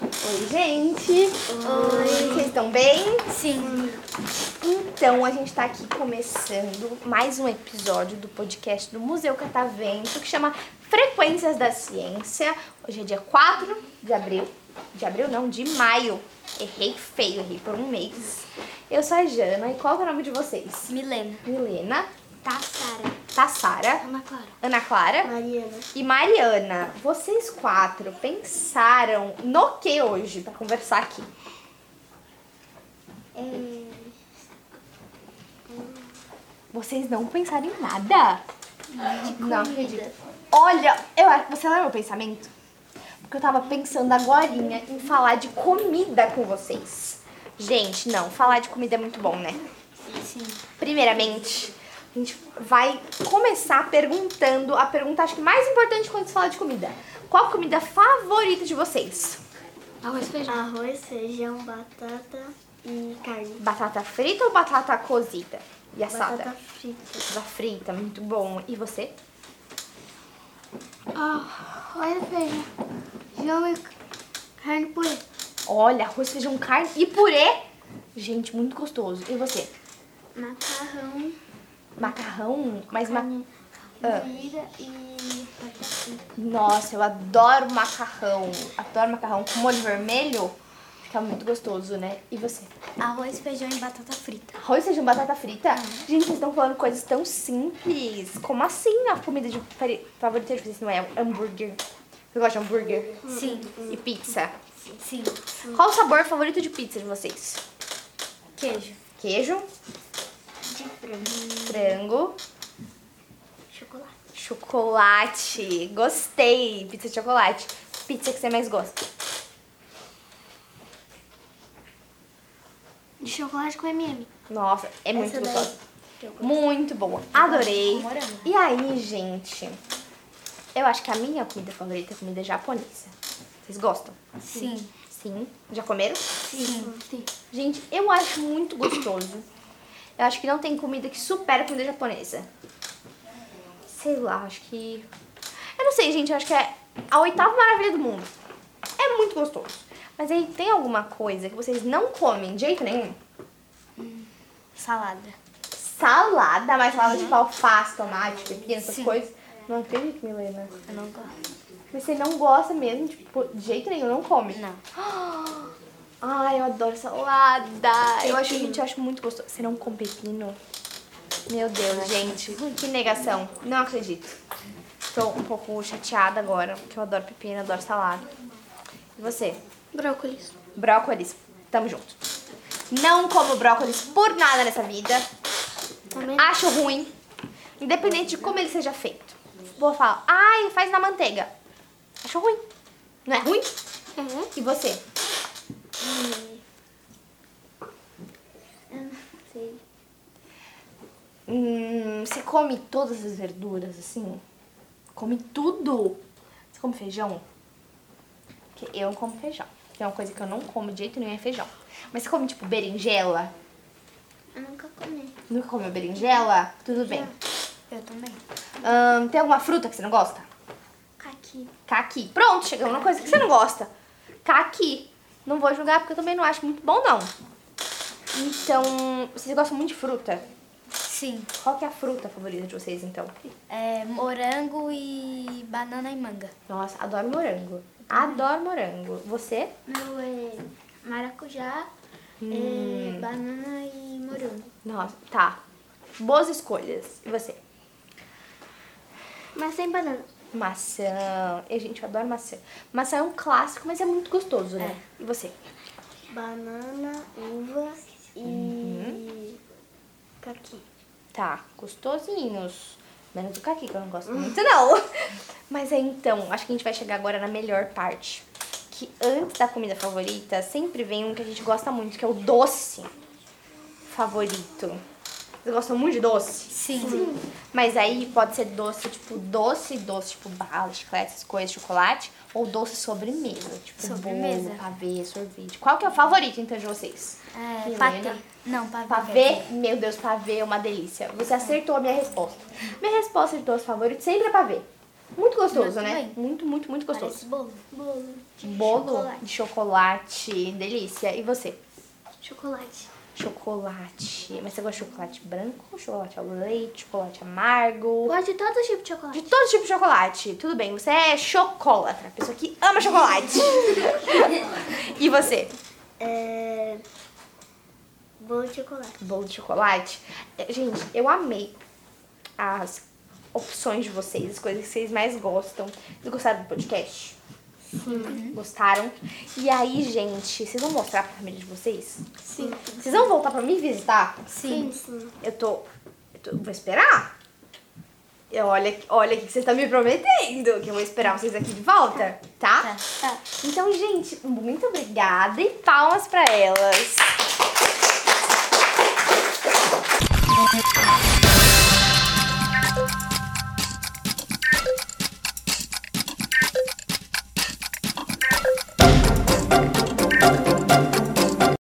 Oi, gente! Oi! Vocês estão bem? Sim! Então, a gente tá aqui começando mais um episódio do podcast do Museu Catavento que chama Frequências da Ciência. Hoje é dia 4 de abril. De abril não, de maio. Errei feio, errei por um mês. Eu sou a Jana e qual que é o nome de vocês? Milena. Milena, Tá, Sara. Tassara, Ana Clara. Ana Clara. Mariana. E Mariana, vocês quatro pensaram no que hoje pra conversar aqui? Vocês não pensaram em nada? Não acredito. Olha, eu, acho- você lembra meu pensamento? Porque eu tava pensando agorinha em falar de comida com vocês. Gente, não, falar de comida é muito bom, né? Sim. Primeiramente, a gente vai começar perguntando a pergunta acho que mais importante quando se fala de comida. Qual a comida favorita de vocês? Arroz, feijão. Arroz, feijão, batata e carne. Batata frita ou batata cozida e assada? Batata frita. Batata frita, muito bom. E você? Arroz, feijão, feijão e carne purê. Olha, arroz, feijão, carne e purê. Gente, muito gostoso. E você? Macarrão, Macarrão, mas ma... carne Ah. moída e batata frita. Nossa, eu adoro macarrão. Adoro macarrão com molho vermelho. Fica muito gostoso, né? E você? Arroz, feijão e batata frita. Arroz, feijão, batata frita? Gente, vocês estão falando coisas tão simples. Como assim a comida de fari- favorita de vocês não é hambúrguer? Você gosta de hambúrguer? Sim. E pizza? Sim. Qual o sabor favorito de pizza de vocês? Queijo. Queijo, De frango, frango. Chocolate. chocolate. Gostei! Pizza de chocolate. Pizza que você mais gosta? De chocolate com M&M. Nossa, é muito Essa daí. gostosa. Muito boa. Adorei. Tá E aí, gente? Eu acho que a minha comida favorita é comida japonesa. Vocês gostam? Sim. Sim. Já comeram? Sim. Sim. Gente, eu acho muito gostoso. Eu acho que não tem comida que supera a comida japonesa. Sei lá, acho que. Eu não sei, gente, eu acho que é a oitava maravilha do mundo. É muito gostoso. Mas aí tem alguma coisa que vocês não comem de jeito nenhum? Salada. Salada, mas salada tipo alface, tomate, pepino, essas coisas. Não acredito, Milena. Eu não gosto. Mas você não gosta mesmo, tipo, de jeito nenhum, não come. Não. Ai, eu adoro salada. Eu acho, gente, eu acho muito gostoso. Você não come pepino? Meu Deus, gente. Que negação. Não acredito. Tô um pouco chateada agora, porque eu adoro pepino, adoro salada. E você? Brócolis. Brócolis. Tamo junto. Não como brócolis por nada nessa vida. Também. Acho ruim. Independente de como ele seja feito. Vou falar, ai, faz na manteiga. Acho ruim. Não é ruim? Uhum. E você? Eu não Ah, sei. Hum, você come todas as verduras, assim? Come tudo? Você come feijão? Porque eu não como feijão. Tem uma coisa que eu não como de jeito nenhum é feijão. Mas você come, tipo, berinjela? Eu nunca comi. Nunca comeu berinjela? Tudo bem. Eu também. Ahn, tem alguma fruta que você não gosta? Caqui. Caqui. Pronto, chegamos numa coisa que você não gosta. Caqui. Não vou julgar porque eu também não acho muito bom, não. Então, vocês gostam muito de fruta? Sim. Qual que é a fruta favorita de vocês, então? É, morango e banana e manga. Nossa, adoro morango. Adoro morango. Você? Meu é maracujá, Hum. é banana e morango. Nossa, tá. Boas escolhas. E você? Mas sem banana. Maçã. E, gente, eu adoro maçã. Maçã é um clássico, mas é muito gostoso, né? E você? Banana, uva e caqui. Tá, gostosinhos. Menos do caqui, que eu não gosto muito, não. Mas é então, acho que a gente vai chegar agora na melhor parte. Que antes da comida favorita, sempre vem um que a gente gosta muito, que é o doce favorito. Vocês gostam muito de doce? Sim. Mas aí pode ser doce, tipo, doce, doce, tipo bala, chiclete, essas coisas, chocolate. Ou doce sobremesa, tipo Sobremesa. bolo, pavê, sorvete. Qual que é o favorito, então, de vocês? É, Helena? patê. Não, pavê. Pavê, meu Deus, pavê é uma delícia. Você acertou a minha resposta. Minha resposta de doce favorito sempre é pavê. Muito gostoso, Mas né? também. Muito, muito, muito gostoso. Parece bolo. Bolo. de Bolo Chocolate. de chocolate, delícia. E você? Chocolate. Chocolate. Mas você gosta de chocolate branco, chocolate ao leite, chocolate amargo? Gosto de todo tipo de chocolate. De todo tipo de chocolate. Tudo bem, você é chocólatra, pessoa que ama chocolate. e você? É... Bolo de chocolate. Bolo de chocolate. É, Gente, eu amei as opções de vocês, as coisas que vocês mais gostam. Vocês gostaram do podcast? Sim. Gostaram? E aí, gente, vocês vão mostrar pra família de vocês? Sim. Vocês vão voltar pra me visitar? Sim. Sim. Eu tô. Eu tô- vou esperar? Eu- Olha, olha o que você tá me prometendo, que eu vou esperar vocês aqui de volta, tá? Tá. Então, gente, muito obrigada e palmas pra elas.